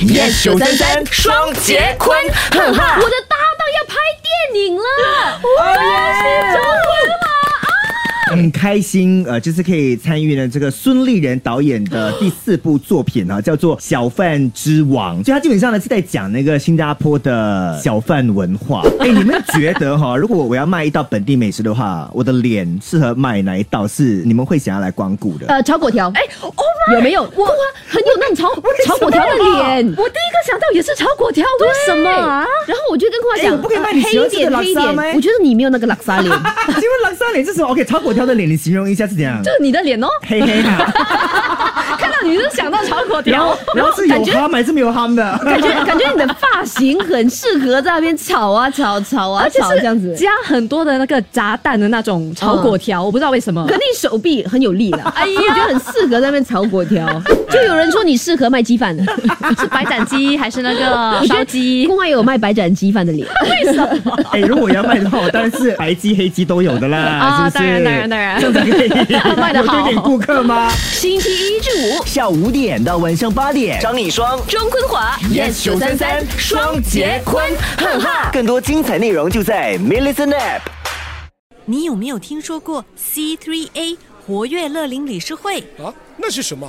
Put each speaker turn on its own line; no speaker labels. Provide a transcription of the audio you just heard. yes 九三三双节坤，哈哈
我，的搭档要拍电影了，我要是周文了。
很开心，呃，就是可以参与呢这个孙立人导演的第四部作品 啊，叫做《小贩之王》，所以他基本上呢是在讲那个新加坡的小贩文 化。哎、你们觉得哈、如果我要卖一道本地美食的话，我的脸适合卖哪一道是你们会想要来光顾的？
呃，炒粿条，哎、有没有？我很有那种 炒炒粿条的脸。
我第一个想到也是炒粿条，为什么啊？
然后我就跟坤华
哎
讲，
我不可以卖你
黑
喜欢
一
吃的
点，黑一
拉沙
点
吗。
我觉得你没有那个拉沙脸，
请问狼莎脸是什么？OK，炒粿条的脸，你形容一下是怎 样？
就是 你的脸哦。
黑黑 的，
看到你就想到炒粿
然
条
后，然 后是有
感觉
哈还是没有哈的？
感觉感觉你的发型很适合在那边炒啊炒炒啊
而且
炒
是
这样子。
加很多 的那个炸弹的那种炒粿
嗯
条，我不知道为什么
可。定手臂很有力的， 哎呀，我觉得很适合在那边炒粿条。 就有人说你适合卖鸡 饭的，啊
是白斩鸡还是那
我
啊
个
觉得
烧鸡？
公外有卖白斩鸡饭的 脸，
哎、如果要卖 的话，我当然是白鸡、黑鸡都有的啦，
啊
是
当
不是？
然当然当然
这样才可以
卖得好
有对点顾客吗？
星期一至五，
下午五点到晚上八点
张你双，
钟坤华
yes 九三三双节坤，哈哈，
更多精彩内容就在 m i l l i c e n App。
你有没有听说过 C3A 活跃乐龄理事会？
啊，那是什么？